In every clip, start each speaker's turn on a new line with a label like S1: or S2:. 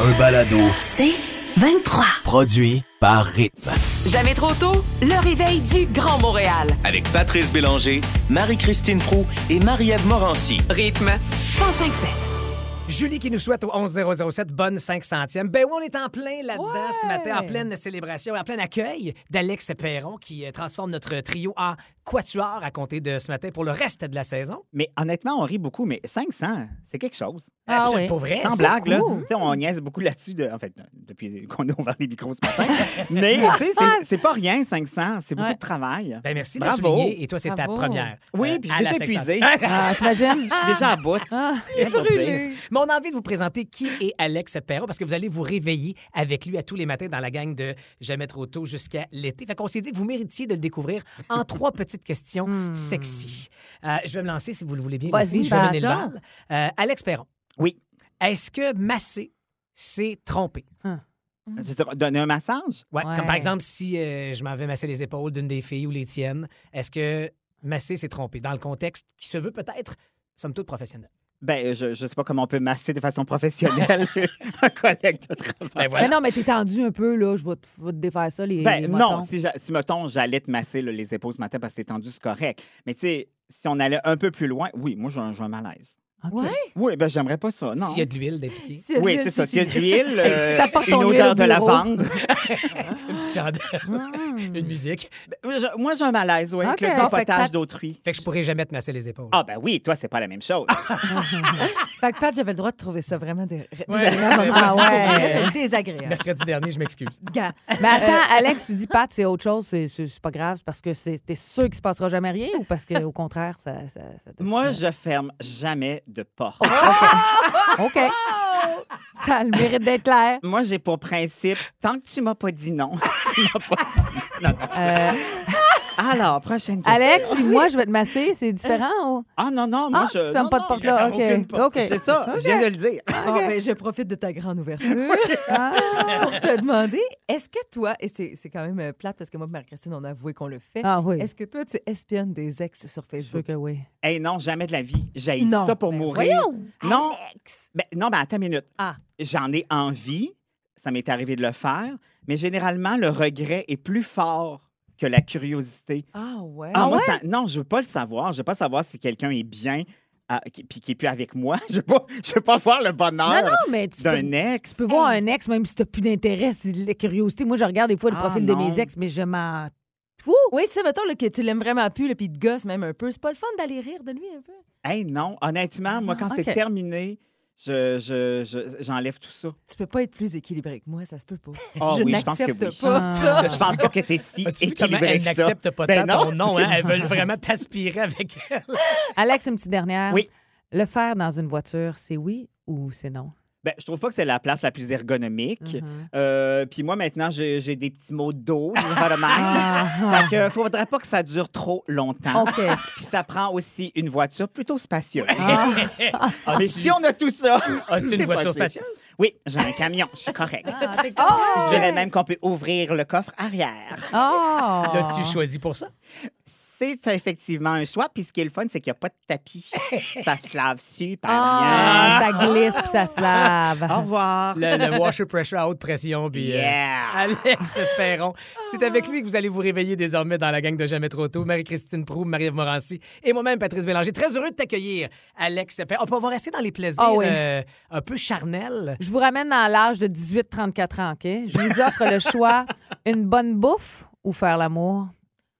S1: Un balado
S2: C'est 23.
S1: produit par Rythme.
S2: Jamais trop tôt, le réveil du Grand Montréal.
S3: avec Patrice Bélanger, Marie-Christine Prou et Marie-Ève Morancy.
S2: Rythme 1057.
S4: Julie qui nous souhaite au 11007 bonne 500e. Ben oui, on est en plein là-dedans ce matin, en pleine célébration, en plein accueil d'Alex Perron qui euh, transforme notre trio en quatuor à compter de ce matin pour le reste de la saison.
S5: Mais honnêtement, on rit beaucoup, mais 500, c'est quelque chose.
S6: Ah
S4: Absolument,
S6: oui.
S4: Pour vrai,
S5: Sans
S4: ça.
S5: blague, là. Tu sais, on niaise beaucoup là-dessus, de- en fait, depuis qu'on a ouvert les micros ce matin. mais, tu sais, c'est- c'est pas rien, 500. C'est beaucoup
S6: Ouais.
S5: de travail.
S4: Ben merci de le
S5: Bravo.
S4: souligner. Et toi, c'est ta
S6: Bravo.
S4: première.
S5: Oui,
S4: euh,
S5: puis j'ai
S4: à la
S5: déjà
S4: 500e.
S5: épuisé.
S6: Ah, t'imagines?
S5: Je suis déjà à bout. Rien pour dire.
S4: Mais on a envie de vous présenter qui est Alex Perron parce que vous allez vous réveiller avec lui à tous les matins dans la gang de Jamais trop tôt jusqu'à l'été. Fait qu'on s'est dit que vous méritiez de le découvrir en trois petites questions sexy. Euh, je vais me lancer si vous le voulez bien.
S6: Hmm. Vas-y,
S4: les filles. je vais donner
S6: vas-y.
S4: le bal. Euh, Alex Perron.
S5: Oui.
S4: Est-ce que masser, c'est tromper?
S5: Je veux dire, donner un massage?
S4: Ouais,
S6: Ouais.
S4: Comme par exemple, si euh, je m'en vais masser les épaules d'une des filles ou les tiennes, est-ce que masser, c'est tromper? Dans le contexte qui se veut peut-être, somme toute, professionnel.
S5: Ben, je, je sais pas comment on peut masser de façon professionnelle un collègue de travail.
S4: Ben voilà.
S6: Mais non, mais t'es tendu un peu, là. Je vais te, vais te défaire ça, les. les
S5: Ben, non,
S6: motons.
S5: si, j'a- si, mettons, j'allais te masser là, les épaules ce matin parce que t'es tendu, c'est correct. Mais tu sais, si on allait un peu plus loin, oui, moi, j'ai un, j'ai un malaise.
S6: OK.
S5: Oui, ben, j'aimerais pas ça. Non.
S4: S'il y a de l'huile d'impliquée.
S5: Oui, c'est ça. S'il y a de l'huile, euh,
S6: Si t'apportes
S5: une
S6: ton huile au
S5: odeur de
S6: bureau.
S5: lavande.
S4: Un petit chandelle,
S6: Mm.
S4: une musique.
S5: Ben, je- Moi, j'ai un malaise, oui, avec
S6: Ok.
S5: le
S6: Bon, fait que
S5: tripotage
S6: Pat-
S5: d'autrui.
S4: Fait que je pourrais jamais te masser les épaules.
S5: Ah ben oui, toi, c'est pas la même chose.
S7: Fait que Pat, j'avais le droit de trouver ça vraiment dé-
S6: Ah ouais.
S7: C'était désagréable.
S4: Mercredi dernier, je m'excuse.
S7: Gars,
S5: Euh,
S6: Mais attends, Alex, tu dis Pat, c'est autre chose, c'est- c'est c'est pas grave, c'est parce que c'est- t'es sûr qu'il se passera jamais rien ou parce qu'au contraire, ça. ça, ça te-
S5: Moi, je ferme jamais de porte.
S6: Oh. OK. Ça a le mérite d'être clair.
S5: Moi, j'ai pour principe, tant que tu m'as pas dit non, tu m'as pas dit non. non.
S6: Euh,
S5: Alors, prochaine question.
S6: Alex, si moi je vais te masser, c'est différent. ou-
S5: Ah non, non, moi,
S6: ah,
S5: je...
S6: tu
S5: non,
S6: fermes pas de
S5: non,
S6: porte
S4: il va
S6: là.
S4: faire aucune
S6: OK.
S4: porte.
S6: OK. Ah.
S5: C'est ça, je viens de le dire.
S7: bon, ben, je profite de ta grande ouverture Ah. pour te demander, est-ce que toi, et c'est c'est quand même euh, plate parce que moi et Marie-Christine, on a avoué qu'on le fait,
S6: Ah oui.
S7: est-ce que toi, tu espionnes des ex sur
S6: Je suis sûre
S7: Facebook?
S6: que oui.
S5: Eh non, jamais de la vie. J'ai
S7: Non,
S5: ça pour
S7: ben
S5: mourir. Non,
S7: Ex!
S5: ben, non, ben attends une minute.
S6: Ah.
S5: J'en ai envie, ça m'est arrivé de le faire, mais généralement, le regret est plus fort que la curiosité.
S7: Ah ouais?
S5: Ah, moi, ça- non, je veux pas le savoir. Je veux pas savoir si quelqu'un est bien euh, qui- puis qui est plus avec moi. Je veux pas, je veux pas voir le
S6: Non, non,
S5: bonheur
S6: mais tu peux,
S5: d'un ex.
S6: tu peux voir un ex, même si t'as plus d'intérêt, c'est de la curiosité. Moi, je regarde des fois le
S5: Ah,
S6: profil de
S5: non.
S6: mes ex, mais je m'en.
S7: Oui, c'est mettons là, que tu l'aimes vraiment plus, là, puis il te gosse même un peu. C'est pas le fun d'aller rire de lui un peu?
S5: Hey, non, honnêtement, moi, quand c'est
S6: Ah, ok.
S5: terminé, je, je- je- j'enlève tout ça.
S7: Tu peux pas être plus équilibré que moi, ça se peut pas.
S5: Ah
S7: je
S5: oui, je pense que
S7: n'accepte
S5: oui.
S7: pas ça.
S5: Je pense pas que t'es si
S4: As-tu vu comment
S5: équilibré
S4: elle
S5: que ça.
S4: n'accepte pas
S5: Ben
S4: tant ton
S5: non,
S4: nom? Hein? Elles veulent vraiment t'aspirer avec elle.
S6: Alex, une petite dernière.
S5: Oui.
S6: Le faire dans une voiture, c'est oui ou c'est non?
S5: Ben, je trouve pas que c'est la place la plus ergonomique.
S6: Mhm.
S5: Euh, puis moi, maintenant, j'ai, j'ai des petits mots d'eau, des affaires de même.
S6: Ah,
S5: Fait que faudrait pas que ça dure trop
S6: ah,
S5: longtemps.
S6: OK.
S5: Puis ça prend aussi une voiture plutôt spacieuse.
S6: Ah,
S5: Mais
S4: As-tu
S5: si on a tout ça...
S4: as-tu une
S5: c'est
S4: voiture
S5: possible.
S4: spacieuse?
S5: Oui, j'ai un camion, je suis correct.
S6: ah, t'es correct.
S5: Je dirais même qu'on peut ouvrir le coffre arrière.
S6: Ah!
S4: L'as-tu choisi pour ça?
S5: C'est effectivement un choix. Puis ce qui est le fun, c'est qu'il n'y a pas de tapis. Ça se lave super
S6: Ah, ça glisse puis ça se lave.
S5: bien. Au revoir.
S4: Le, le washer pressure à haute pression. Puis, euh,
S5: Yeah.
S4: Alex Perron. C'est avec lui que vous allez vous réveiller désormais dans la gang de Jamais Trop Tôt. Marie-Christine Prou, Marie-Ève Morancy et moi-même, Patrice Bélanger. Très heureux de t'accueillir, Alex Perron. On va rester dans les plaisirs
S6: Ah oui.
S4: euh, un peu charnels.
S6: Je vous ramène dans l'âge de 18-34 ans, OK? Je vous offre le choix une bonne bouffe ou faire l'amour.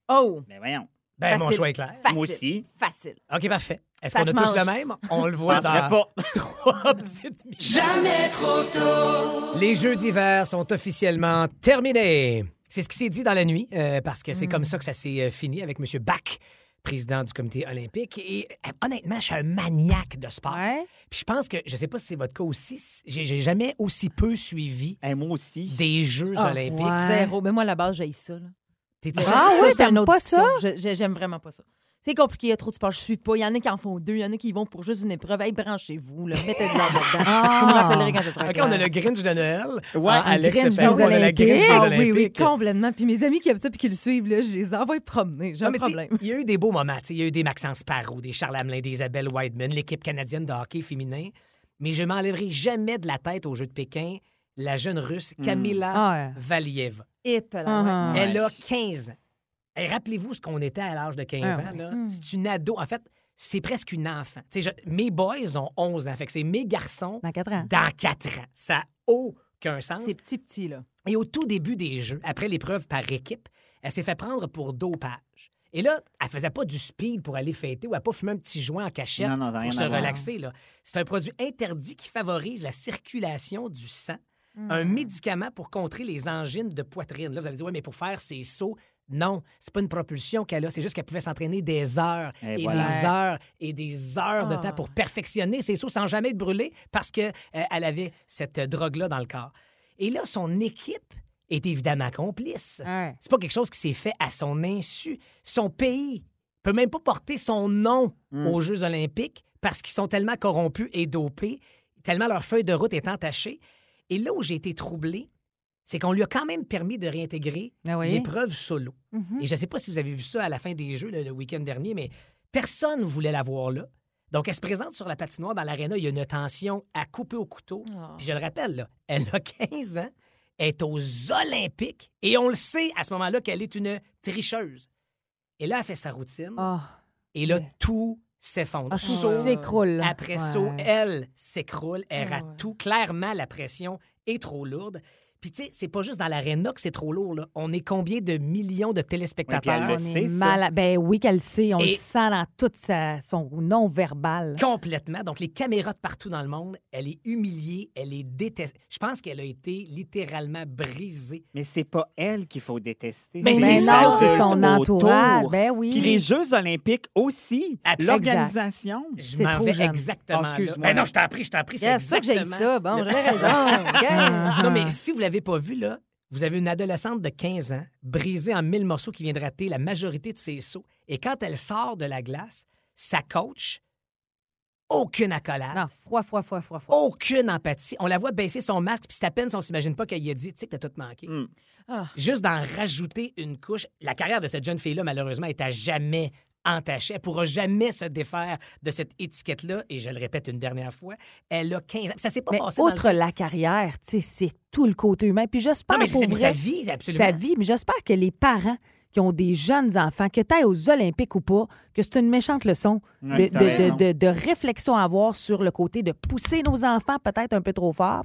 S7: Oh!
S5: Mais voyons,
S4: Ben, mon
S7: Facile.
S4: choix est clair.
S7: Facile.
S5: moi aussi.
S7: Facile.
S4: OK, parfait. Est-ce
S7: Ça
S4: qu'on a
S7: se
S4: tous
S7: mange.
S4: le même? On le
S5: Je
S4: voit
S5: penserais
S4: dans
S5: pas.
S4: trois petites minutes. Les Jeux d'hiver sont officiellement terminés. C'est ce qui s'est dit dans la nuit, euh, parce que c'est
S7: Mm.
S4: comme ça que ça s'est euh, fini avec M. Bach, président du comité olympique. Et euh, honnêtement, je suis un maniaque de sport.
S6: Ouais.
S4: Puis je pense que, je sais pas si c'est votre cas aussi, j'ai j'ai jamais aussi peu suivi
S5: Eh, moi aussi.
S4: des Jeux olympiques.
S6: ouais.
S7: Zéro. Mais moi, à la base, j'ai ça. Là.
S4: T'es-tu-
S6: Ah oui,
S7: c'est une
S6: t'aimes
S7: autre
S6: pas
S7: discussion.
S6: ça?
S7: Je- je- J'aime vraiment pas ça. C'est compliqué, il y a trop de sports. Je suis pas. Il y en a qui en font deux, il y en a qui vont pour juste une épreuve. Hey, branchez-vous, là. mettez de l'argent dedans.
S6: Ah.
S7: Vous me rappellerez quand ça sera
S4: OK,
S7: clair.
S4: on a le Grinch de Noël.
S5: Ouais,
S4: Ah,
S5: le
S4: Alex
S6: Grinch
S4: Perron,
S6: des
S4: on a la Grinch des
S6: Olympiques.
S7: Ah oui,
S4: Olympiques.
S7: oui, complètement. Puis mes amis qui aiment ça puis qui le suivent, là, je les envoie promener. J'ai
S4: Non,
S7: un
S4: Ah, mais tu sais,
S7: problème.
S4: Il y a eu des beaux moments. tu sais. Il y a eu des Maxence Parot, des Charles Hamelin, des Isabelle Whiteman, l'équipe canadienne de hockey féminin. mais je m'enlèverai jamais de la tête au jeu de Pékin la jeune russe Kamila
S6: Ah, ouais.
S4: Valieva.
S7: Hip, là, ouais.
S6: Ah.
S4: Elle a 15 ans. Et rappelez-vous ce qu'on était à l'âge de 15
S6: Ah
S4: ans. là. C'est une ado. En fait, c'est presque une enfant. Tu sais, je- mes boys ont 11 ans. Fait que c'est mes garçons
S6: Dans quatre ans.
S4: dans 4 ans. Ça n'a aucun sens.
S7: C'est petit, petit, là.
S4: Et au tout début des Jeux, après l'épreuve par équipe, elle s'est fait prendre pour dopage. Et là, elle faisait pas du speed pour aller fêter ou elle n'a pas fumé un petit joint en cachette
S5: Non, non, rien
S4: pour se
S5: à voir.
S4: relaxer. là. C'est un produit interdit qui favorise la circulation du sang, un médicament pour contrer les angines de poitrine. Là, vous allez dire, oui, mais pour faire ses sauts, non, c'est pas une propulsion qu'elle a, c'est juste qu'elle pouvait s'entraîner des heures
S5: Et
S4: et,
S5: voilà.
S4: des heures et des heures de
S6: Ah.
S4: temps pour perfectionner ses sauts sans jamais être brûlée parce qu'elle elle avait cette euh, drogue-là dans le corps. Et là, son équipe est évidemment complice.
S6: Ah, Ouais.
S4: C'est pas quelque chose qui s'est fait à son insu. Son pays peut même pas porter son nom aux Jeux olympiques parce qu'ils sont tellement corrompus et dopés, tellement leur feuille de route est entachée. Et là où j'ai été troublé, c'est qu'on lui a quand même permis de réintégrer
S6: Ah oui?
S4: l'épreuve solo. Et je ne sais pas si vous avez vu ça à la fin des Jeux le, le week-end dernier, mais personne voulait la voir là. Donc, elle se présente sur la patinoire dans l'aréna. Il y a une tension à couper au couteau.
S7: Ah.
S4: Puis je le rappelle, là, elle a 15 ans, elle est aux Olympiques. Et on le sait à ce moment-là qu'elle est une tricheuse. Et là, elle fait sa routine.
S6: Ah,
S4: Et là, tout s'effondre.
S6: ah,
S4: Saut
S6: tout s'écroule.
S4: euh, après
S6: Ouais. Ah,
S4: saut, elle s'écroule, elle rate tout. Clairement, la pression est trop lourde. Puis, tu sais, c'est pas juste dans l'aréna que c'est trop lourd. là. On est combien de millions de
S5: Oui, puis elle
S4: téléspectateurs
S5: le
S6: On
S5: sait,
S6: est
S5: ça.
S6: mal à- Ben oui, qu'elle le sait. On
S4: Et-
S6: le sent dans tout sa- son non-verbal.
S4: complètement? Donc, les caméras de partout dans le monde, elle est humiliée, elle est détestée. Je pense qu'elle a été littéralement brisée.
S5: Mais c'est pas elle qu'il faut détester.
S4: Mais
S5: les
S4: c'est ça,
S5: adultes
S4: c'est
S6: son
S5: autour.
S6: entourage. Ben oui.
S5: Puis les Jeux olympiques aussi.
S4: Absolument.
S5: L'organisation.
S4: Je
S6: C'est
S4: m'en
S6: trop
S4: vais
S6: jeune.
S4: exactement
S5: Ah, excuse-moi.
S4: là. Ben non, je t'en prie, je t'en prie.
S7: C'est ça que j'ai
S4: exactement
S7: ça. Bon,
S4: le-
S7: j'avais raison. Gang.
S6: Ah.
S4: Non, mais si vous l'avez pas vu, là, vous avez une adolescente de 15 ans, brisée en mille morceaux, qui vient de rater la majorité de ses sauts. Et quand elle sort de la glace, sa coach, aucune accolade,
S6: Non, froid, froid, froid, froid, froid.
S4: aucune empathie. On la voit baisser son masque, puis c'est à peine si on s'imagine pas qu'elle y a dit, tu sais que t'as tout manqué.
S5: Mm.
S7: Ah.
S4: Juste d'en rajouter une couche. La carrière de cette jeune fille-là, malheureusement, est à jamais entachée. Elle pourra jamais se défaire de cette étiquette-là. Et je le répète une dernière fois, elle a 15 ans. Ça s'est pas
S6: Mais
S4: passé dans le
S6: outre la carrière, tu sais, c'est tout le côté humain. Puis j'espère
S4: Non, mais
S6: pour
S4: c'est- mais
S6: vrai,
S4: sa vie, absolument.
S6: sa vie, mais j'espère que les parents qui ont des jeunes enfants, que tu ailles aux Olympiques ou pas, que c'est une méchante leçon de,
S5: Ouais, t'as
S6: de-
S5: raison.
S6: de- de- de réflexion à avoir sur le côté de pousser nos enfants peut-être un peu trop fort.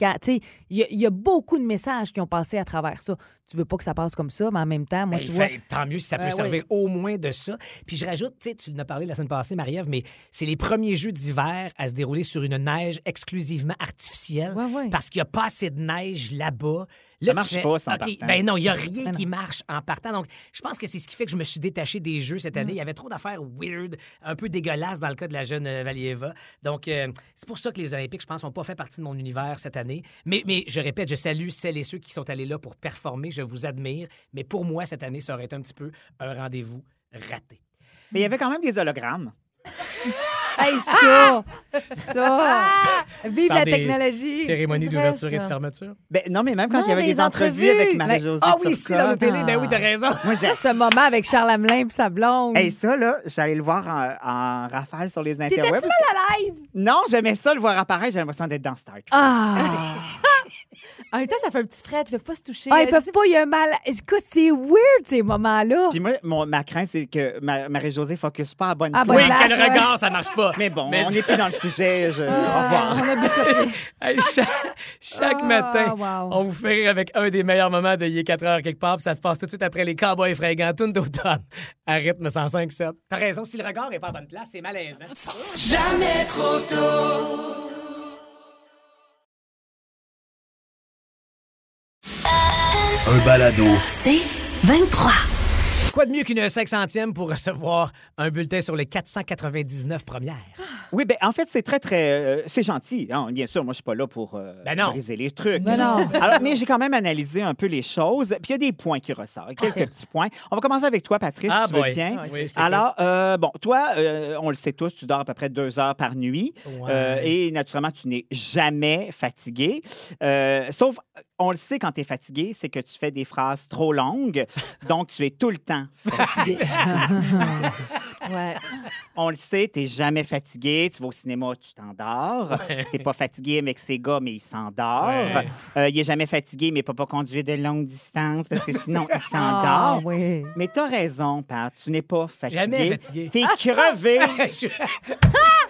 S6: Quand, tu sais, Il y, a- il y a beaucoup de messages qui ont passé à travers ça. Tu veux pas que ça passe comme ça, mais en même temps, moi,
S4: Ben,
S6: tu
S4: il
S6: vois,
S4: fait- tant mieux si ça peut
S6: Ben oui.
S4: servir au moins de ça. Puis je rajoute, tu sais, tu en as parlé la semaine passée, Marie-Ève, mais c'est les premiers jeux d'hiver à se dérouler sur une neige exclusivement artificielle
S7: Ouais, ouais.
S4: parce qu'il n'y a pas assez de neige là-bas. Là,
S5: Ça
S4: tu
S5: marche pas, ça, en
S4: OK,
S5: partant.
S4: Ben non, il n'y a rien
S6: Ben
S4: qui marche en partant. Donc, je pense que c'est ce qui fait que je me suis détaché des jeux cette
S5: Mm.
S4: année. Il y avait trop d'affaires weird, un peu dégueulasses dans le cas de la jeune euh, Valieva. Donc, euh, c'est pour ça que les Olympiques, je pense, n'ont pas fait partie de mon univers cette année. Mais, mais je répète, je salue celles et ceux qui sont allés là pour performer. Je vous admire. Mais pour moi, cette année, ça aurait été un petit peu un rendez-vous raté.
S5: Mais il y avait quand même des hologrammes.
S6: Hey, ça! ça! Vive
S4: parles
S6: la
S4: des
S6: technologie!
S4: Cérémonie
S7: c'est vrai, d'ouverture et de ça.
S4: fermeture.
S5: Ben, non, mais même quand
S7: Non,
S5: il y avait
S7: des
S5: des entrevues,
S7: entrevues.
S5: avec Marie-Josée
S4: Ah oui,
S5: Turcotte. hein.
S4: ici, dans nos télés. Ben oui, t'as raison.
S5: Moi, j'ai-
S6: Ça, ce moment avec Charles Hamelin et sa blonde.
S5: Hey, ça, là, j'allais le voir en, en rafale sur les
S6: T'étais-tu
S5: interwebs.
S6: mal
S5: Ben parce que-
S6: à l'aise?
S5: Non, j'aimais ça le voir apparaître. J'avais l'impression d'être dans Star Trek.
S6: Ah!
S7: En même temps, ça fait un petit fret. Ils peuvent pas se toucher.
S6: Ah,
S7: Je
S6: ils peuvent
S7: sais-
S6: pas, il y a un mal. Écoute, c'est weird ces moments-là.
S5: Puis moi, mon- ma crainte, c'est que ma- Marie-Josée ne focus pas à bonne
S6: Ah,
S5: place.
S4: Oui,
S6: bonne place,
S4: quel
S6: ouais.
S4: regard, ça marche pas.
S5: Mais bon,
S4: Mais-
S5: on n'est plus dans le sujet. Je... Ah. Au
S4: Ah.
S5: revoir.
S4: Hey, chaque chaque
S6: Ah,
S4: matin,
S6: wow.
S4: on vous fait rire avec un des meilleurs moments de Il est 4 heures quelque part, puis ça se passe tout de suite après les Cowboys fringants, tune d'automne, à rythme 105-7. T'as raison, si le regard est pas à bonne place, c'est malaisant.
S1: Un balado.
S2: C'est 23.
S4: Quoi de mieux qu'une 500e pour recevoir un bulletin sur les 499 premières?
S5: Oui, ben en fait, c'est très, très. euh, c'est gentil. hein. Bien sûr, moi, je suis pas là pour euh,
S4: Ben non.
S5: briser les trucs.
S6: Ben non.
S5: Alors, mais j'ai quand même analysé un peu les choses. Puis il y a des points qui ressortent, quelques petits points. On va commencer avec toi, Patrice, si tu veux
S4: Ah, boy.
S5: bien.
S4: Oui, je t'écoute.
S5: Alors, euh, bon, toi, euh, on le sait tous, tu dors à peu près deux heures par nuit.
S4: Ouais.
S5: Euh, et naturellement, tu n'es jamais fatigué. Euh, sauf on le sait quand tu es fatigué, c'est que tu fais des phrases trop longues, donc tu es tout le temps fatigué.
S7: Ouais.
S5: on le sait, tu jamais fatigué, tu vas au cinéma, tu t'endors. Tu pas fatigué avec ses gars, mais il s'endort.
S4: Ouais.
S5: Euh, il est jamais fatigué, mais il peut pas conduire de longues distances parce que sinon, il s'endort.
S6: oui.
S5: Mais t'as raison, Pat, tu n'es pas fatigué.
S4: Ah, Jamais fatigué. Ah!
S5: T'es crevé.
S4: Je-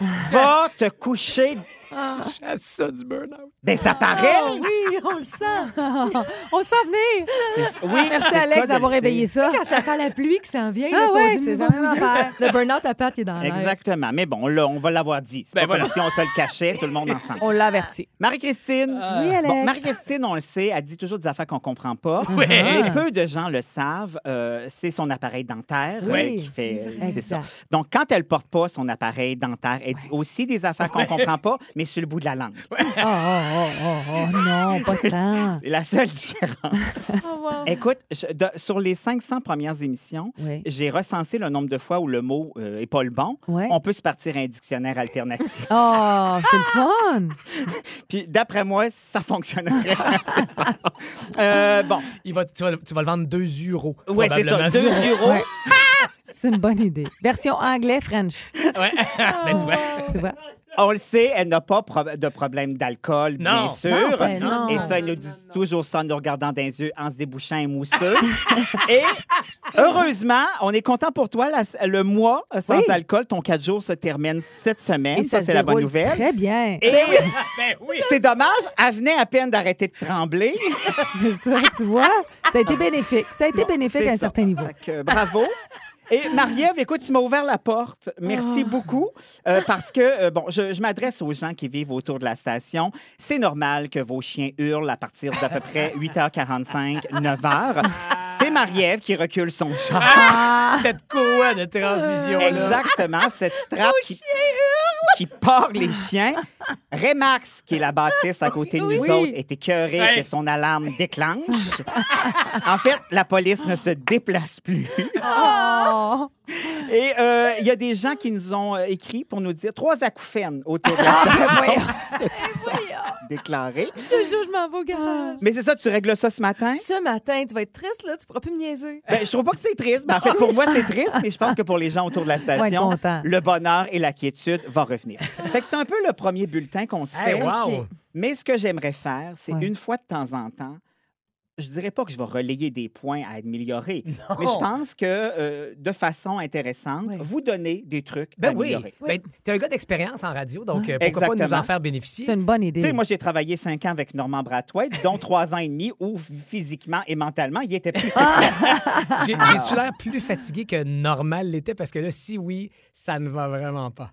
S5: Va te coucher.
S4: J'ai ça du burn-out.
S5: Ben, ça paraît.
S7: Oui, on le sent.
S6: On le sent venir.
S5: Ah!
S6: Ah,
S5: Oui,
S6: Merci,
S5: c'est
S6: Alex,
S5: quoi de
S6: d'avoir
S5: le dire?
S6: réveillé ça.
S7: Quand ça sent la pluie que ça en vient,
S6: Ah
S7: là, qu'on
S6: ouais,
S7: dit,
S6: c'est
S7: nous va
S6: la même
S7: mouiller.
S6: affaire.
S7: Le burn-out à Pat, il est dans l'air.
S5: Exactement. Mais bon, là, on va l'avoir dit. C'est
S4: Ben
S5: pas
S4: voilà.
S5: comme si on se le cachait, tout le monde ensemble.
S6: On l'a averti.
S5: Marie-Christine.
S6: Ah. Oui, Alex.
S5: Bon, Marie-Christine, on le sait, elle dit toujours des affaires qu'on comprend pas.
S4: Ouais.
S5: Mais peu de gens le savent. euh, c'est son appareil dentaire euh,
S6: Oui,
S5: qui fait.
S7: c'est
S5: C'est ça.
S6: Exact.
S5: Donc, quand elle porte pas son appareil dentaire, elle dit aussi des affaires qu'on comprend pas, mais sur le bout de la langue.
S6: Oh, oh, oh, oh, oh, non, pas tant.
S5: C'est la seule différence.
S6: Oh,
S5: Écoute, je- de- sur les 500 premières émissions,
S6: Oui.
S5: j'ai recensé le nombre de fois où le mot euh, est pas le bon.
S6: Ouais.
S5: On peut se partir un dictionnaire alternatif.
S6: Oh, c'est le fun.
S5: Puis, d'après moi, ça fonctionnerait. Euh, bon,
S4: Il va, tu, vas, tu vas le vendre 2 euros.
S5: ouais, c'est ça.
S4: probablement.
S5: Deux euros.
S6: Ouais. C'est une bonne idée. Version anglais, French.
S4: Ouais. Ben, tu vois.
S6: Tu vois?
S5: On le sait, elle n'a pas pro- de problème d'alcool, bien
S4: Non.
S5: sûr.
S6: Non, ben non.
S5: hein? Et ça, elle nous dit toujours ça en nous regardant dans les yeux, en se débouchant un mousseux. Et heureusement, on est content pour toi. la- le mois sans
S6: Oui.
S5: alcool, ton 4 jours se termine cette semaine.
S6: Et
S5: ça,
S6: se
S5: c'est la bonne
S6: déroule
S5: nouvelle.
S6: Très bien.
S5: Et
S4: Ben oui.
S5: c'est dommage, elle venait à peine d'arrêter de trembler.
S6: C'est ça, tu vois? Ça a été bénéfique. Ça a été bénéfique
S5: Ah. C'est
S6: à un
S5: ça.
S6: certain niveau.
S5: Fait que, bravo. Et Marie-Ève, écoute, tu m'as ouvert la porte. Merci
S6: Ah.
S5: beaucoup. euh, parce que, euh, bon, je, je m'adresse aux gens qui vivent autour de la station. C'est normal que vos chiens hurlent à partir d'à peu près 8h45, 9h.
S6: Ah.
S5: C'est Marie-Ève qui recule son chat.
S4: Cette courroie de transmission-là.
S5: Exactement, cette strap qui, qui part les chiens. Remax, qui est la bâtisse à côté de nous
S6: Oui.
S5: autres, est écœuré
S4: Ouais.
S5: que son alarme déclenche. en fait, la police ne se déplace plus. Ah.
S6: Oh!
S5: Et euh, il y a des gens qui nous ont euh, écrit pour nous dire trois acouphènes autour de
S6: Ah,
S5: la
S6: ben
S5: station se sont déclarés.
S7: Ce jour, je m'en vais au garage.
S5: Mais c'est ça, tu règles ça ce matin?
S7: Ce matin, tu vas être triste, là. Tu pourras plus me niaiser.
S5: Ben, je trouve pas que c'est triste. Ben, en fait, pour moi, c'est triste, mais je pense que pour les gens autour de la
S6: Ouais,
S5: station,
S6: content.
S5: le bonheur et la quiétude vont revenir. Fait que c'est un peu le premier bulletin qu'on se fait.
S4: Hey, wow.
S5: Mais ce que j'aimerais faire, c'est
S6: Ouais.
S5: une fois de temps en temps, je dirais pas que je vais relayer des points à améliorer, mais je pense que euh, de façon intéressante,
S6: Ouais.
S5: vous donner des trucs
S4: Ben
S5: à
S4: oui.
S5: améliorer.
S4: Ben, t'es un gars d'expérience en radio, donc euh, pourquoi pas nous
S5: Exactement.
S4: en faire bénéficier?
S6: C'est une bonne
S5: Tu sais,
S6: idée.
S5: moi, j'ai travaillé cinq ans avec Normand Bratoit, dont trois ans et demi où physiquement et mentalement, il était plus.
S6: Ah!
S5: Ah.
S4: J'ai- J'ai-tu l'air plus fatigué que normal l'était? Parce que là, si oui, ça ne va vraiment pas.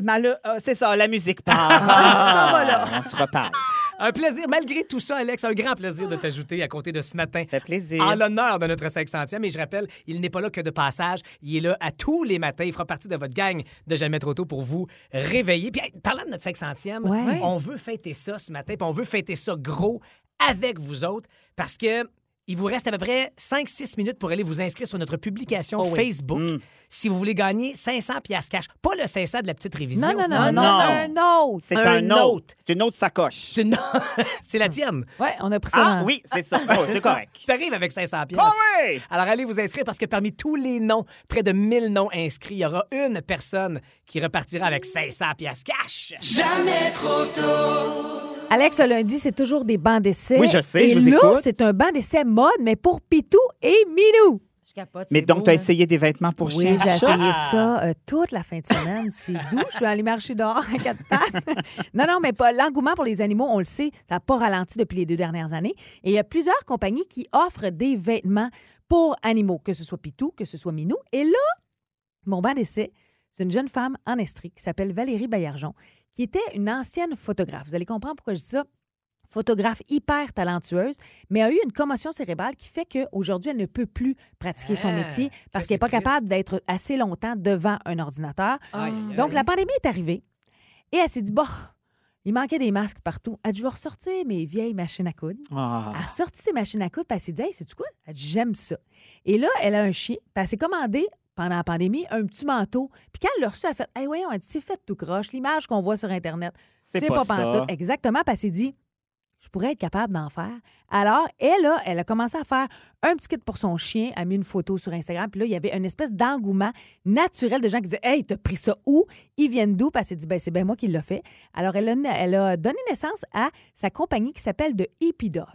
S5: Malheu- euh, c'est ça, la musique part.
S6: Ah.
S5: Ah, on se reparle.
S4: Un plaisir, malgré tout ça, Alex, un grand plaisir de t'ajouter à compter de ce matin.
S5: Ça fait plaisir.
S4: En l'honneur de notre 500e, et je rappelle, il n'est pas là que de passage. Il est là à tous les matins. Il fera partie de votre gang de Jamais Trop Tôt pour vous réveiller. Puis, hey, parlant de notre 500e,
S6: Ouais.
S4: on veut fêter ça ce matin, puis on veut fêter ça gros avec vous autres parce que. Il vous reste à peu près 5-6 minutes pour aller vous inscrire sur notre publication
S6: Oh
S4: Facebook
S6: Mm.
S4: si vous voulez gagner 500 piastres cash. Pas le 500 de la petite révision.
S6: Non, non, non, non,
S5: non.
S6: non, non.
S5: C'est
S4: un
S5: un,
S4: autre.
S5: autre. C'est une autre sacoche.
S4: C'est une- C'est la tienne.
S6: Ouais, on a pris ça.
S5: Ah
S6: dans-
S5: oui, c'est ça. Oh, c'est correct.
S4: T'arrives avec 500 pièces.
S5: Ah oui!
S4: Alors allez vous inscrire parce que parmi tous les noms, près de 1000 noms inscrits, il y aura une personne qui repartira avec 500 pièces cash.
S6: Alex, le lundi, c'est toujours des bancs d'essai.
S5: Oui, je sais,
S6: Et
S5: je vous
S6: là,
S5: écoute.
S6: c'est un banc d'essai mode, mais pour Pitou et Minou.
S7: Je capote.
S5: Mais donc, tu as essayé des vêtements pour
S6: hein. Oui,
S5: chien.
S6: j'ai
S5: chat?
S6: essayé ça euh, toute la fin de semaine. C'est doux. Je suis allée marcher dehors à quatre pattes. non, non, mais pas l'engouement pour les animaux, on le sait, ça n'a pas ralenti depuis les deux dernières années. Et il y a plusieurs compagnies qui offrent des vêtements pour animaux, que ce soit Pitou, que ce soit Minou. Et là, mon banc d'essai, c'est une jeune femme en Estrie qui s'appelle Valérie Baillargeon, qui était une ancienne photographe. Vous allez comprendre pourquoi je dis ça. Photographe hyper talentueuse, mais a eu une commotion cérébrale qui fait qu'aujourd'hui, elle ne peut plus pratiquer son
S4: Ah,
S6: métier parce
S4: ça,
S6: qu'elle n'est
S4: c'est
S6: pas
S4: triste.
S6: capable d'être assez longtemps devant un ordinateur.
S4: Aïe,
S7: Ben
S4: aïe, aïe.
S6: Donc, la pandémie est arrivée et elle s'est dit, bon, il manquait des masques partout. Elle dit, je vais ressortir mes vieilles machines à coudre.
S5: Ah.
S6: Elle a sorti ses machines à coudre, puis elle s'est dit, hey, c'est quoi? Elle dit, j'aime ça. Et là, elle a un chien, puis elle s'est commandé pendant la pandémie un petit manteau. Puis quand elle l'a reçu, elle a fait, hey, voyons, elle dit, c'est fait tout croche, l'image qu'on voit sur Internet.
S5: C'est
S6: C'est pas,
S5: pas ça.
S6: pantoute. Exactement, puis elle s'est dit, je pourrais être capable d'en faire. Alors, elle, là, elle a commencé à faire un petit kit pour son chien, a mis une photo sur Instagram, puis là, il y avait une espèce d'engouement naturel de gens qui disaient Hey, t'as pris ça où Ils viennent d'où Parce qu'elle dit ben, C'est bien moi qui l'ai fait. Alors, elle a, elle a donné naissance à sa compagnie qui s'appelle The Hippie Dog.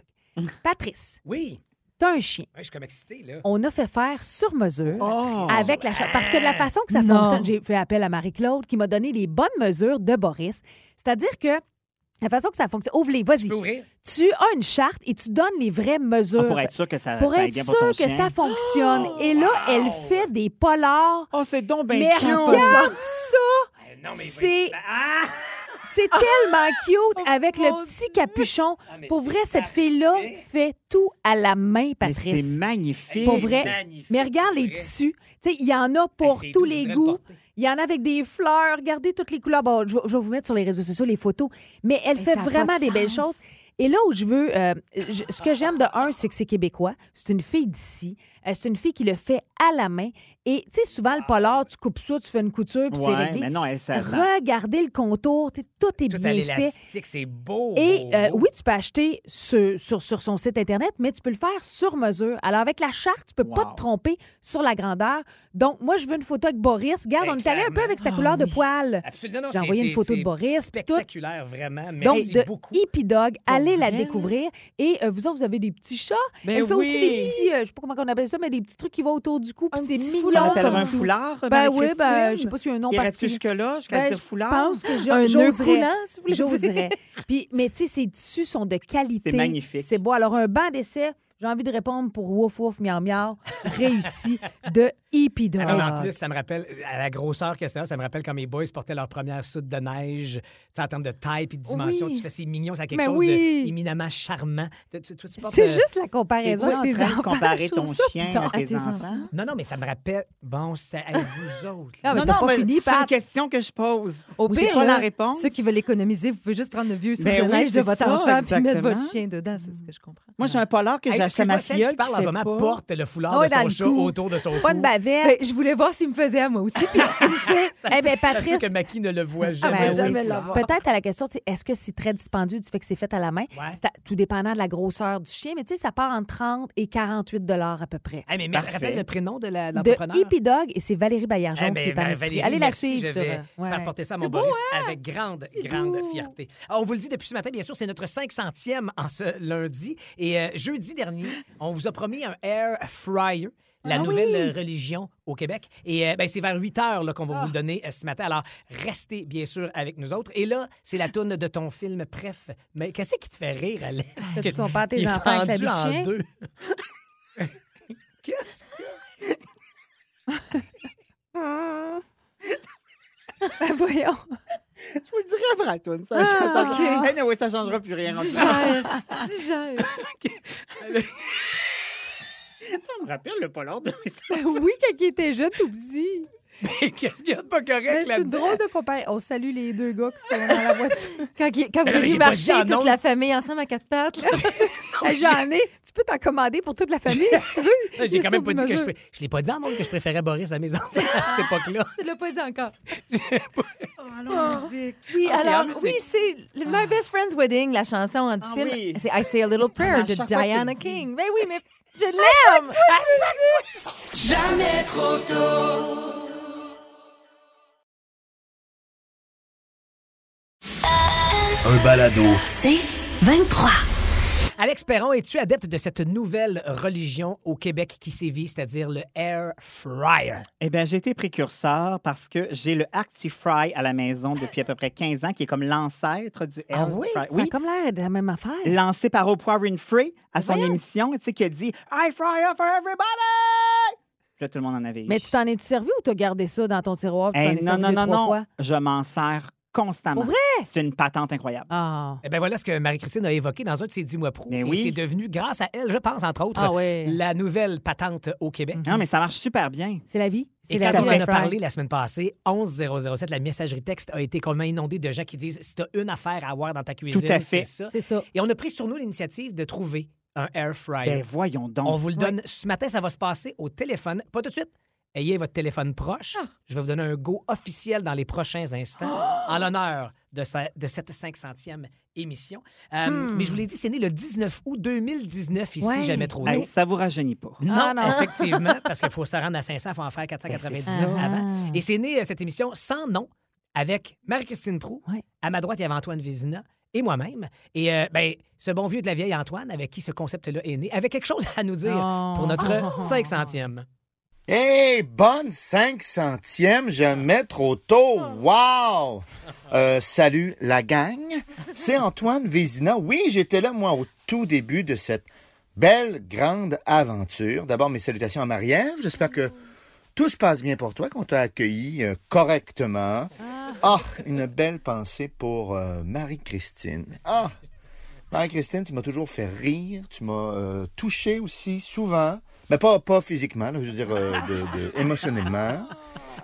S6: Patrice,
S4: Oui.
S6: t'as un chien.
S4: Ouais, je suis comme excité, là.
S6: On a fait faire sur mesure
S5: Oh.
S6: avec la cha- Parce que de la façon que ça
S7: Non.
S6: fonctionne, j'ai fait appel à Marie-Claude qui m'a donné les bonnes mesures de Boris. C'est-à-dire que la façon que ça fonctionne, ouvre-les,
S4: Tu
S6: vas-y.
S4: peux ouvrir?
S6: Tu as une charte et tu donnes les vraies mesures.
S5: Ah, pour être sûr que ça,
S6: Pour
S5: ça aille
S6: être
S5: bien
S6: sûr
S5: pour ton
S6: que
S5: chien.
S6: ça fonctionne. et là, elle fait des polars.
S5: Oh, c'est donc bien
S6: mais
S5: cute.
S6: regarde ça!
S4: Eh, Non, mais.
S6: C'est-
S4: Ah! Oh,
S6: C'est tellement cute avec
S7: mon
S6: le petit capuchon.
S4: Ah, mais
S6: Pour
S4: c'est
S6: vrai, cette fille-là
S4: parfait.
S6: fait tout à la main,
S5: Mais C'est
S6: Patrice.
S5: magnifique.
S6: Pour vrai.
S4: Magnifique,
S6: Mais regarde les
S4: pour vrai.
S6: tissus. Tu sais, il y en a pour
S4: Hey, c'est
S6: tous
S4: doux,
S6: les
S4: je voudrais le
S6: goûts.
S4: porter.
S6: Il y en a avec des fleurs. Regardez toutes les couleurs. Bon, je, vais- je vais vous mettre sur les réseaux sociaux les photos. Mais elle
S7: Mais
S6: fait
S7: ça a pas
S6: vraiment
S7: de
S6: des belles
S7: sens.
S6: choses. Et là où je veux, euh, je- ce que j'aime de un, c'est que c'est québécois. C'est une fille d'ici. Euh, c'est une fille qui le fait à la main. Et tu sais, souvent, le polar, tu coupes ça, tu fais une couture, puis c'est
S5: Ouais,
S6: réglé.
S5: mais non, elle ça va.
S6: Regardez le contour. Tu sais, Tout est
S4: Tout à
S6: bien fait.
S4: l'élastique, c'est beau.
S6: Et
S4: beau,
S6: euh,
S4: beau.
S6: oui, tu peux acheter sur, sur, sur son site Internet, mais tu peux le faire sur mesure. Alors, avec la charte, tu peux pas
S5: Wow.
S6: te tromper sur la grandeur. Donc, moi, je veux une photo avec Boris. Regarde,
S4: Ben,
S6: on est allé un peu
S4: clairement.
S6: avec sa
S7: Ah
S6: couleur de
S7: oui.
S6: poil.
S4: Absolument, non,
S6: J'ai
S4: c'est-
S6: envoyé une
S4: c'est-
S6: photo de
S4: c'est
S6: Boris, puis tout.
S4: Spectaculaire, vraiment. Merci
S6: Donc, de
S4: beaucoup.
S6: Hippie Dog,
S7: Pour
S6: allez la
S7: vrai, là?
S6: découvrir. Et euh, vous autres, vous avez des petits chats.
S5: Mais
S6: Elle fait aussi des
S5: Ben oui.
S6: petits, euh, je sais pas comment on appelle ça, mais des petits trucs qui vont autour du cou, puis
S7: Un
S6: c'est
S7: petit
S6: mignon.
S5: On
S7: foulard
S5: appellera
S6: comme
S5: un
S6: tout.
S5: foulard,
S6: Ben oui,
S5: Marie-Christine?
S6: ben, je sais pas si un nom
S5: Il reste que
S6: particulier.
S5: jusque-là, jusqu'à
S6: Ben,
S5: dire
S6: je
S5: foulard?
S6: pense que j'a-
S7: Un nœud
S6: j'oserais.
S7: coulant, si vous voulez dire.
S6: J'oserais. Puis, mais tu sais, ces tissus sont de qualité.
S5: C'est magnifique.
S6: C'est beau. Alors, un banc d'essai, j'ai envie de répondre pour Wouf Wouf Miaou Miaou, réussi de Hippie Dog.
S4: Ah non, mais en plus, ça me rappelle, à la grosseur que ça, a, ça me rappelle quand mes boys portaient leur première soute de neige, tu sais, en termes de taille et de dimension.
S7: Oui.
S4: Tu fais, c'est mignon, ça a quelque
S6: Mais
S4: chose
S6: Ben oui.
S4: de éminemment charmant. Tu- tu- toi, tu portes,
S6: C'est
S4: euh,
S6: juste la
S5: T'es
S6: comparaison
S5: pas en
S6: avec tes
S5: train de
S6: enfants.
S5: comparer
S6: je trouve
S5: ton
S6: ça
S5: chien
S6: bizarre.
S5: à tes,
S7: tes
S5: enfants.
S7: enfants.
S4: Non, non, mais ça me rappelle, bon, ça, hey, vous autres.
S6: Ah,
S4: là.
S6: mais
S5: non,
S6: t'as
S5: non,
S6: pas
S5: mais
S6: fini,
S5: c'est une
S6: Pat.
S5: question que je pose.
S7: Au
S5: c'est
S7: pire,
S5: pas
S7: là,
S5: la réponse.
S7: Ceux qui veulent économiser, vous pouvez juste prendre le vieux soupe
S5: Ben
S7: de
S5: oui,
S7: neige de
S5: c'est
S7: votre
S5: ça,
S7: enfant puis mettre
S5: exactement.
S7: votre chien dedans, c'est ce que je comprends.
S5: Moi, j'ai un polar que
S4: Hey,
S5: j'ai acheté à ma
S4: excuse-moi, celle
S5: filleule.
S4: qui parle en
S5: qui
S4: ce moment
S5: fait pas.
S4: porte le foulard
S6: Ah ouais,
S4: de
S6: dans
S4: son
S6: le
S4: chat
S6: cou.
S4: autour de son
S6: C'est
S4: cou.
S6: pas une bavette.
S7: Ben, je voulais voir s'il me faisait à moi aussi, puis il me fait.
S6: Eh bien,
S4: Ça se peut
S6: Patrice,
S4: que Maki ne le voit
S6: Ah,
S4: jamais.
S6: ben,
S4: oui.
S6: oui.
S7: jamais l'avoir.
S6: Peut-être à la question, tu sais, est-ce que c'est très dispendieux du fait que c'est fait à la main?
S4: Ouais.
S6: C'est à- tout dépendant de la grosseur du chien, mais tu sais, ça part entre 30 et 48 dollars à peu près.
S4: Hey, mais, mais
S5: Parfait.
S4: rappelle le prénom de la- de
S6: De
S4: l'entrepreneur.
S6: Hippie Dog, et c'est Valérie
S4: Eh
S6: Bayarjon
S4: ben,
S6: qui est en
S4: ben,
S6: Estrie.
S4: Valérie,
S6: Allez la
S4: merci,
S6: suivre
S4: Je
S6: sur...
S4: vais
S6: euh, ouais.
S4: faire porter ça à
S6: C'est
S4: mon
S6: beau, hein?
S4: Boris avec grande,
S6: C'est
S4: grande
S6: beau.
S4: fierté. Ah, on vous le dit depuis ce matin, bien sûr, c'est notre 500e en ce lundi. Et euh, jeudi dernier, on vous a promis un air fryer. La
S7: Ah
S4: nouvelle
S7: oui!
S4: euh, religion au Québec. Et euh, ben, c'est vers 8 heures là, qu'on va
S6: Ah!
S4: vous le donner euh, ce matin. Alors, restez bien sûr avec nous autres. Et là, c'est la toune de ton film, Bref. Mais qu'est-ce qui te fait rire, Alex?
S6: Ah, Ça, tu
S4: Que-
S6: compares tes
S4: il est
S6: enfants avec la hein?
S4: fendu en
S6: vie de chien?
S4: deux. qu'est-ce que...
S6: Ben, voyons.
S5: Je vous le dirai après, la toune.
S6: Ah,
S5: Ça, ça, ça- Anyway, ça changera plus rien. On se-
S7: Digère, digère.
S5: Ça me rappelle le polar de
S6: oui, quand il était jeune, tout petit.
S4: Qu'est-ce qu'il y a de pas correct
S6: Ben, C'est
S4: là-dedans?
S6: drôle de comparer. On salue les deux gars qui sont dans la voiture.
S7: Quand, il- quand vous
S4: Mais non, mais
S7: allez
S4: j'ai pas
S7: marcher
S4: dit en
S7: toute
S4: ondes.
S7: la famille ensemble à quatre pattes, là.
S6: Hey, J'en ai. Tu peux t'en commander pour toute la famille, si tu veux.
S4: J'ai quand même pas dit que je,
S6: peux.
S4: pré- je l'ai pas dit en monde que je préférais Boris à mes enfants à
S6: Ah!
S4: cette époque-là.
S7: tu l'as pas dit encore.
S5: Ah, musique.
S7: Oui,
S4: Ok, en
S7: alors,
S4: musique.
S7: oui, c'est le- My Best Friend's Wedding, la chanson hein, du
S5: Ah
S7: film.
S5: oui.
S7: C'est I Say a Little Prayer
S5: À
S7: de
S5: chaque fois, tu
S7: Diana
S5: le dis.
S7: King. Ben oui, mais je l'aime!
S1: Un balado.
S2: C'est 23.
S4: Alex Perron, es-tu adepte de cette nouvelle religion au Québec qui sévit, c'est-à-dire le air fryer?
S5: Eh bien, j'ai été précurseur parce que j'ai le ActiFry à la maison depuis à peu près 15 ans, qui est comme l'ancêtre du
S4: Ah
S5: Air
S4: oui? Euh,
S5: Fry.
S6: Ça a comme l'air de la même affaire.
S5: lancé par Oprah Winfrey à son émission, tu sais, qui a dit « I fry up for everybody! » Puis Là, tout le monde en avait eu.
S6: Mais tu t'en es-tu servi ou t'as gardé ça dans ton tiroir? puis
S5: Eh,
S6: tu
S5: non,
S6: t'en es
S5: non,
S6: servi deux,
S5: non,
S6: trois
S5: non.
S6: fois?
S5: Je m'en sers constamment.
S6: Pour
S5: C'est une patente incroyable.
S6: Ah.
S4: Eh bien, voilà ce que Marie-Christine a évoqué dans un de ses 10 mois pro.
S5: Mais
S4: et
S5: oui.
S4: c'est devenu, grâce à elle, je pense, entre autres,
S6: Ah ouais.
S4: la nouvelle patente au Québec.
S6: Ah,
S5: Non, mais ça marche super bien.
S6: C'est la vie. C'est
S4: Et
S6: la
S4: quand on
S6: vie,
S4: en
S6: la
S4: a
S6: fry.
S4: parlé la semaine passée, 11007, la messagerie texte a été complètement inondée de gens qui disent si t'as une affaire à avoir dans ta cuisine,
S5: à fait.
S4: c'est ça.
S6: C'est ça.
S4: Et on a pris sur nous l'initiative de trouver un air fryer.
S5: Ben voyons donc.
S4: On vous le donne ce matin, ça va se passer au téléphone. Pas tout de suite. Ayez votre téléphone proche.
S5: Ah.
S4: Je vais vous
S5: Oh!
S4: donner un go officiel dans les prochains instants en l'honneur de, sa- de cette 500e émission. Euh,
S5: Hmm.
S4: Mais je vous l'ai dit, c'est né le 19 août 2019 ici,
S6: Ouais.
S4: jamais trop
S5: Hey,
S4: tôt.
S5: ça vous rajeunit pas.
S4: Non,
S6: Ah, non.
S4: effectivement, parce qu'il faut se rendre à 500, il faut en faire 499
S6: Ben, c'est ça.
S4: avant.
S6: Ah.
S4: Et c'est né euh, cette émission sans nom avec Marie-Christine Prou.
S6: Ouais.
S4: À ma droite, il y avait Antoine Vézina et moi-même. Et euh, ben, ce bon vieux de la vieille Antoine, avec qui ce concept-là est né, avait quelque chose à nous dire
S6: Oh.
S4: pour notre
S6: Oh.
S4: 500e.
S8: Hey, bonne 500e, jamais trop tôt. Wow! Euh, salut la gang. C'est Antoine Vézina. Oui, j'étais là, moi, au tout début de cette belle, grande aventure. D'abord, mes salutations à Marie-Ève. J'espère que tout se passe bien pour toi, qu'on t'a accueilli euh, correctement. Ah, une belle pensée pour euh, Marie-Christine. Ah! Marie-Christine, tu m'as toujours fait rire, tu m'as euh, touché aussi souvent, mais pas, pas physiquement, là, je veux dire euh, de- de- émotionnellement.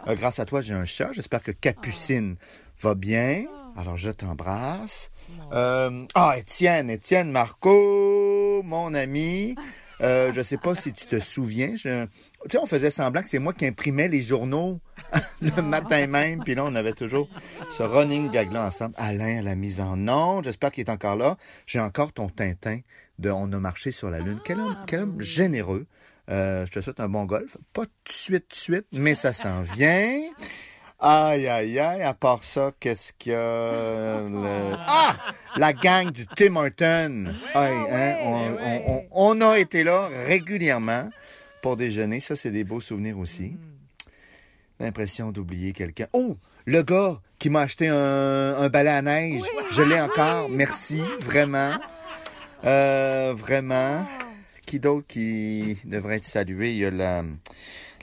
S8: Euh, grâce à toi, j'ai un chat. J'espère que Capucine va bien. Alors, je t'embrasse. Euh, ah, Étienne, Étienne Marco, mon ami. Euh, je sais pas si tu te souviens. je- Tu sais, on faisait semblant que c'est moi qui imprimais les journaux le matin même. Puis là, on avait toujours ce running gag-là ensemble. Alain à la mise en onde. J'espère qu'il est encore là. J'ai encore ton Tintin de On a marché sur la Lune. Quel homme, quel homme généreux. Euh, je te souhaite un bon golf. Pas tout de suite, tout de suite, mais ça s'en vient. Aïe, aïe, aïe. À part ça, qu'est-ce qu'il y a? le- Ah! La gang du Tim Horton. Aïe, hein, on, on- on- on a été là régulièrement pour déjeuner. Ça, c'est des beaux souvenirs aussi. L'impression d'oublier quelqu'un. Oh! Le gars qui m'a acheté un, un balai à neige. Je l'ai encore. Merci, vraiment. Euh, vraiment. Qui d'autre qui devrait être salué? Il y a la,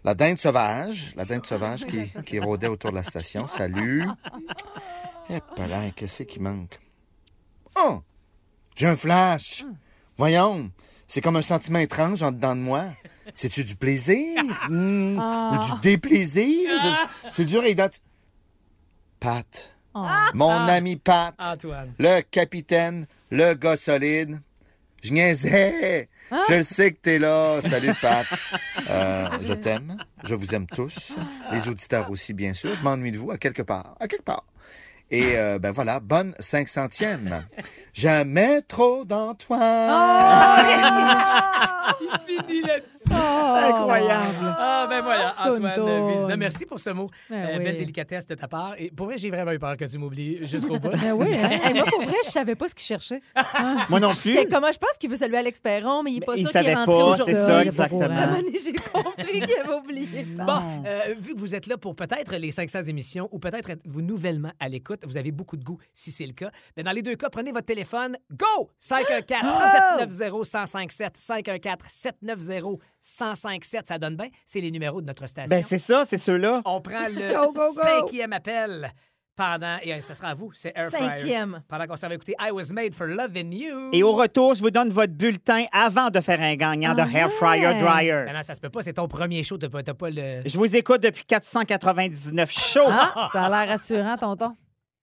S8: la dinde sauvage. La dinde sauvage qui, qui rôdait autour de la station. Salut. Eh, palin, qu'est-ce qui manque? Oh! J'ai un flash. Voyons, c'est comme un sentiment étrange en dedans de moi. C'est-tu du plaisir? Hmm, Ou du déplaisir? Je- C'est dur à identifier. Pat. Mon ami Pat.
S4: Antoine.
S8: Le capitaine, le gars solide. Je niaisais. Je le sais que t'es là. Salut, Pat. Euh, je t'aime. Je vous aime tous. Les auditeurs aussi, bien sûr. Je m'ennuie de vous à quelque part. À quelque part. Et euh, ben voilà, bonne 500e. Jamais trop d'Antoine.
S6: Ah,
S4: Fini là-dessus.
S6: Oh.
S5: Incroyable.
S4: Ah, ben voilà, Antoine
S6: Tonton.
S4: Vézina. Merci pour ce mot.
S6: Ben
S4: Euh,
S6: oui.
S4: Belle délicatesse de ta part. Et pour vrai, j'ai vraiment eu peur que tu m'oublies jusqu'au bout.
S7: hein. Hey, moi, pour vrai, je savais pas ce qu'il cherchait.
S5: Moi non plus.
S7: J'étais comment je pense qu'il veut saluer Alex Perron, mais il est pas
S5: Mais il
S7: sûr qu'il est
S5: savait
S7: rentré
S5: pas,
S7: aujourd'hui.
S5: c'est ça,
S6: Il est pas au
S5: exactement.
S7: À un moment donné, J'ai compris qu'il avait oublié.
S5: Ah.
S4: Bon, euh, vu que vous êtes là pour peut-être les 500 émissions ou peut-être êtes-vous nouvellement à l'écoute, vous avez beaucoup de goût si c'est le cas. Mais dans les deux cas, prenez votre téléphone. Go!
S5: Ah!
S4: 514-790-1057. 514-790-1057. Ça donne bien. C'est les numéros de notre station.
S5: Ben, c'est ça, c'est ceux-là.
S6: Oh.
S4: On prend le
S6: Go, go, go.
S4: cinquième appel pendant... Et euh, ce sera à vous, c'est Air Fryer.
S7: Cinquième.
S4: Pendant qu'on s'en va écouter I Was Made for Loving You.
S5: Et au retour, je vous donne votre bulletin avant de faire un gagnant
S6: Ah
S5: de Hair Fryer Dryer.
S4: Ben non, ça se peut pas. C'est ton premier show. T'as pas, t'as pas le...
S5: Je vous écoute depuis 499 shows.
S6: Ah, ça a l'air rassurant, tonton.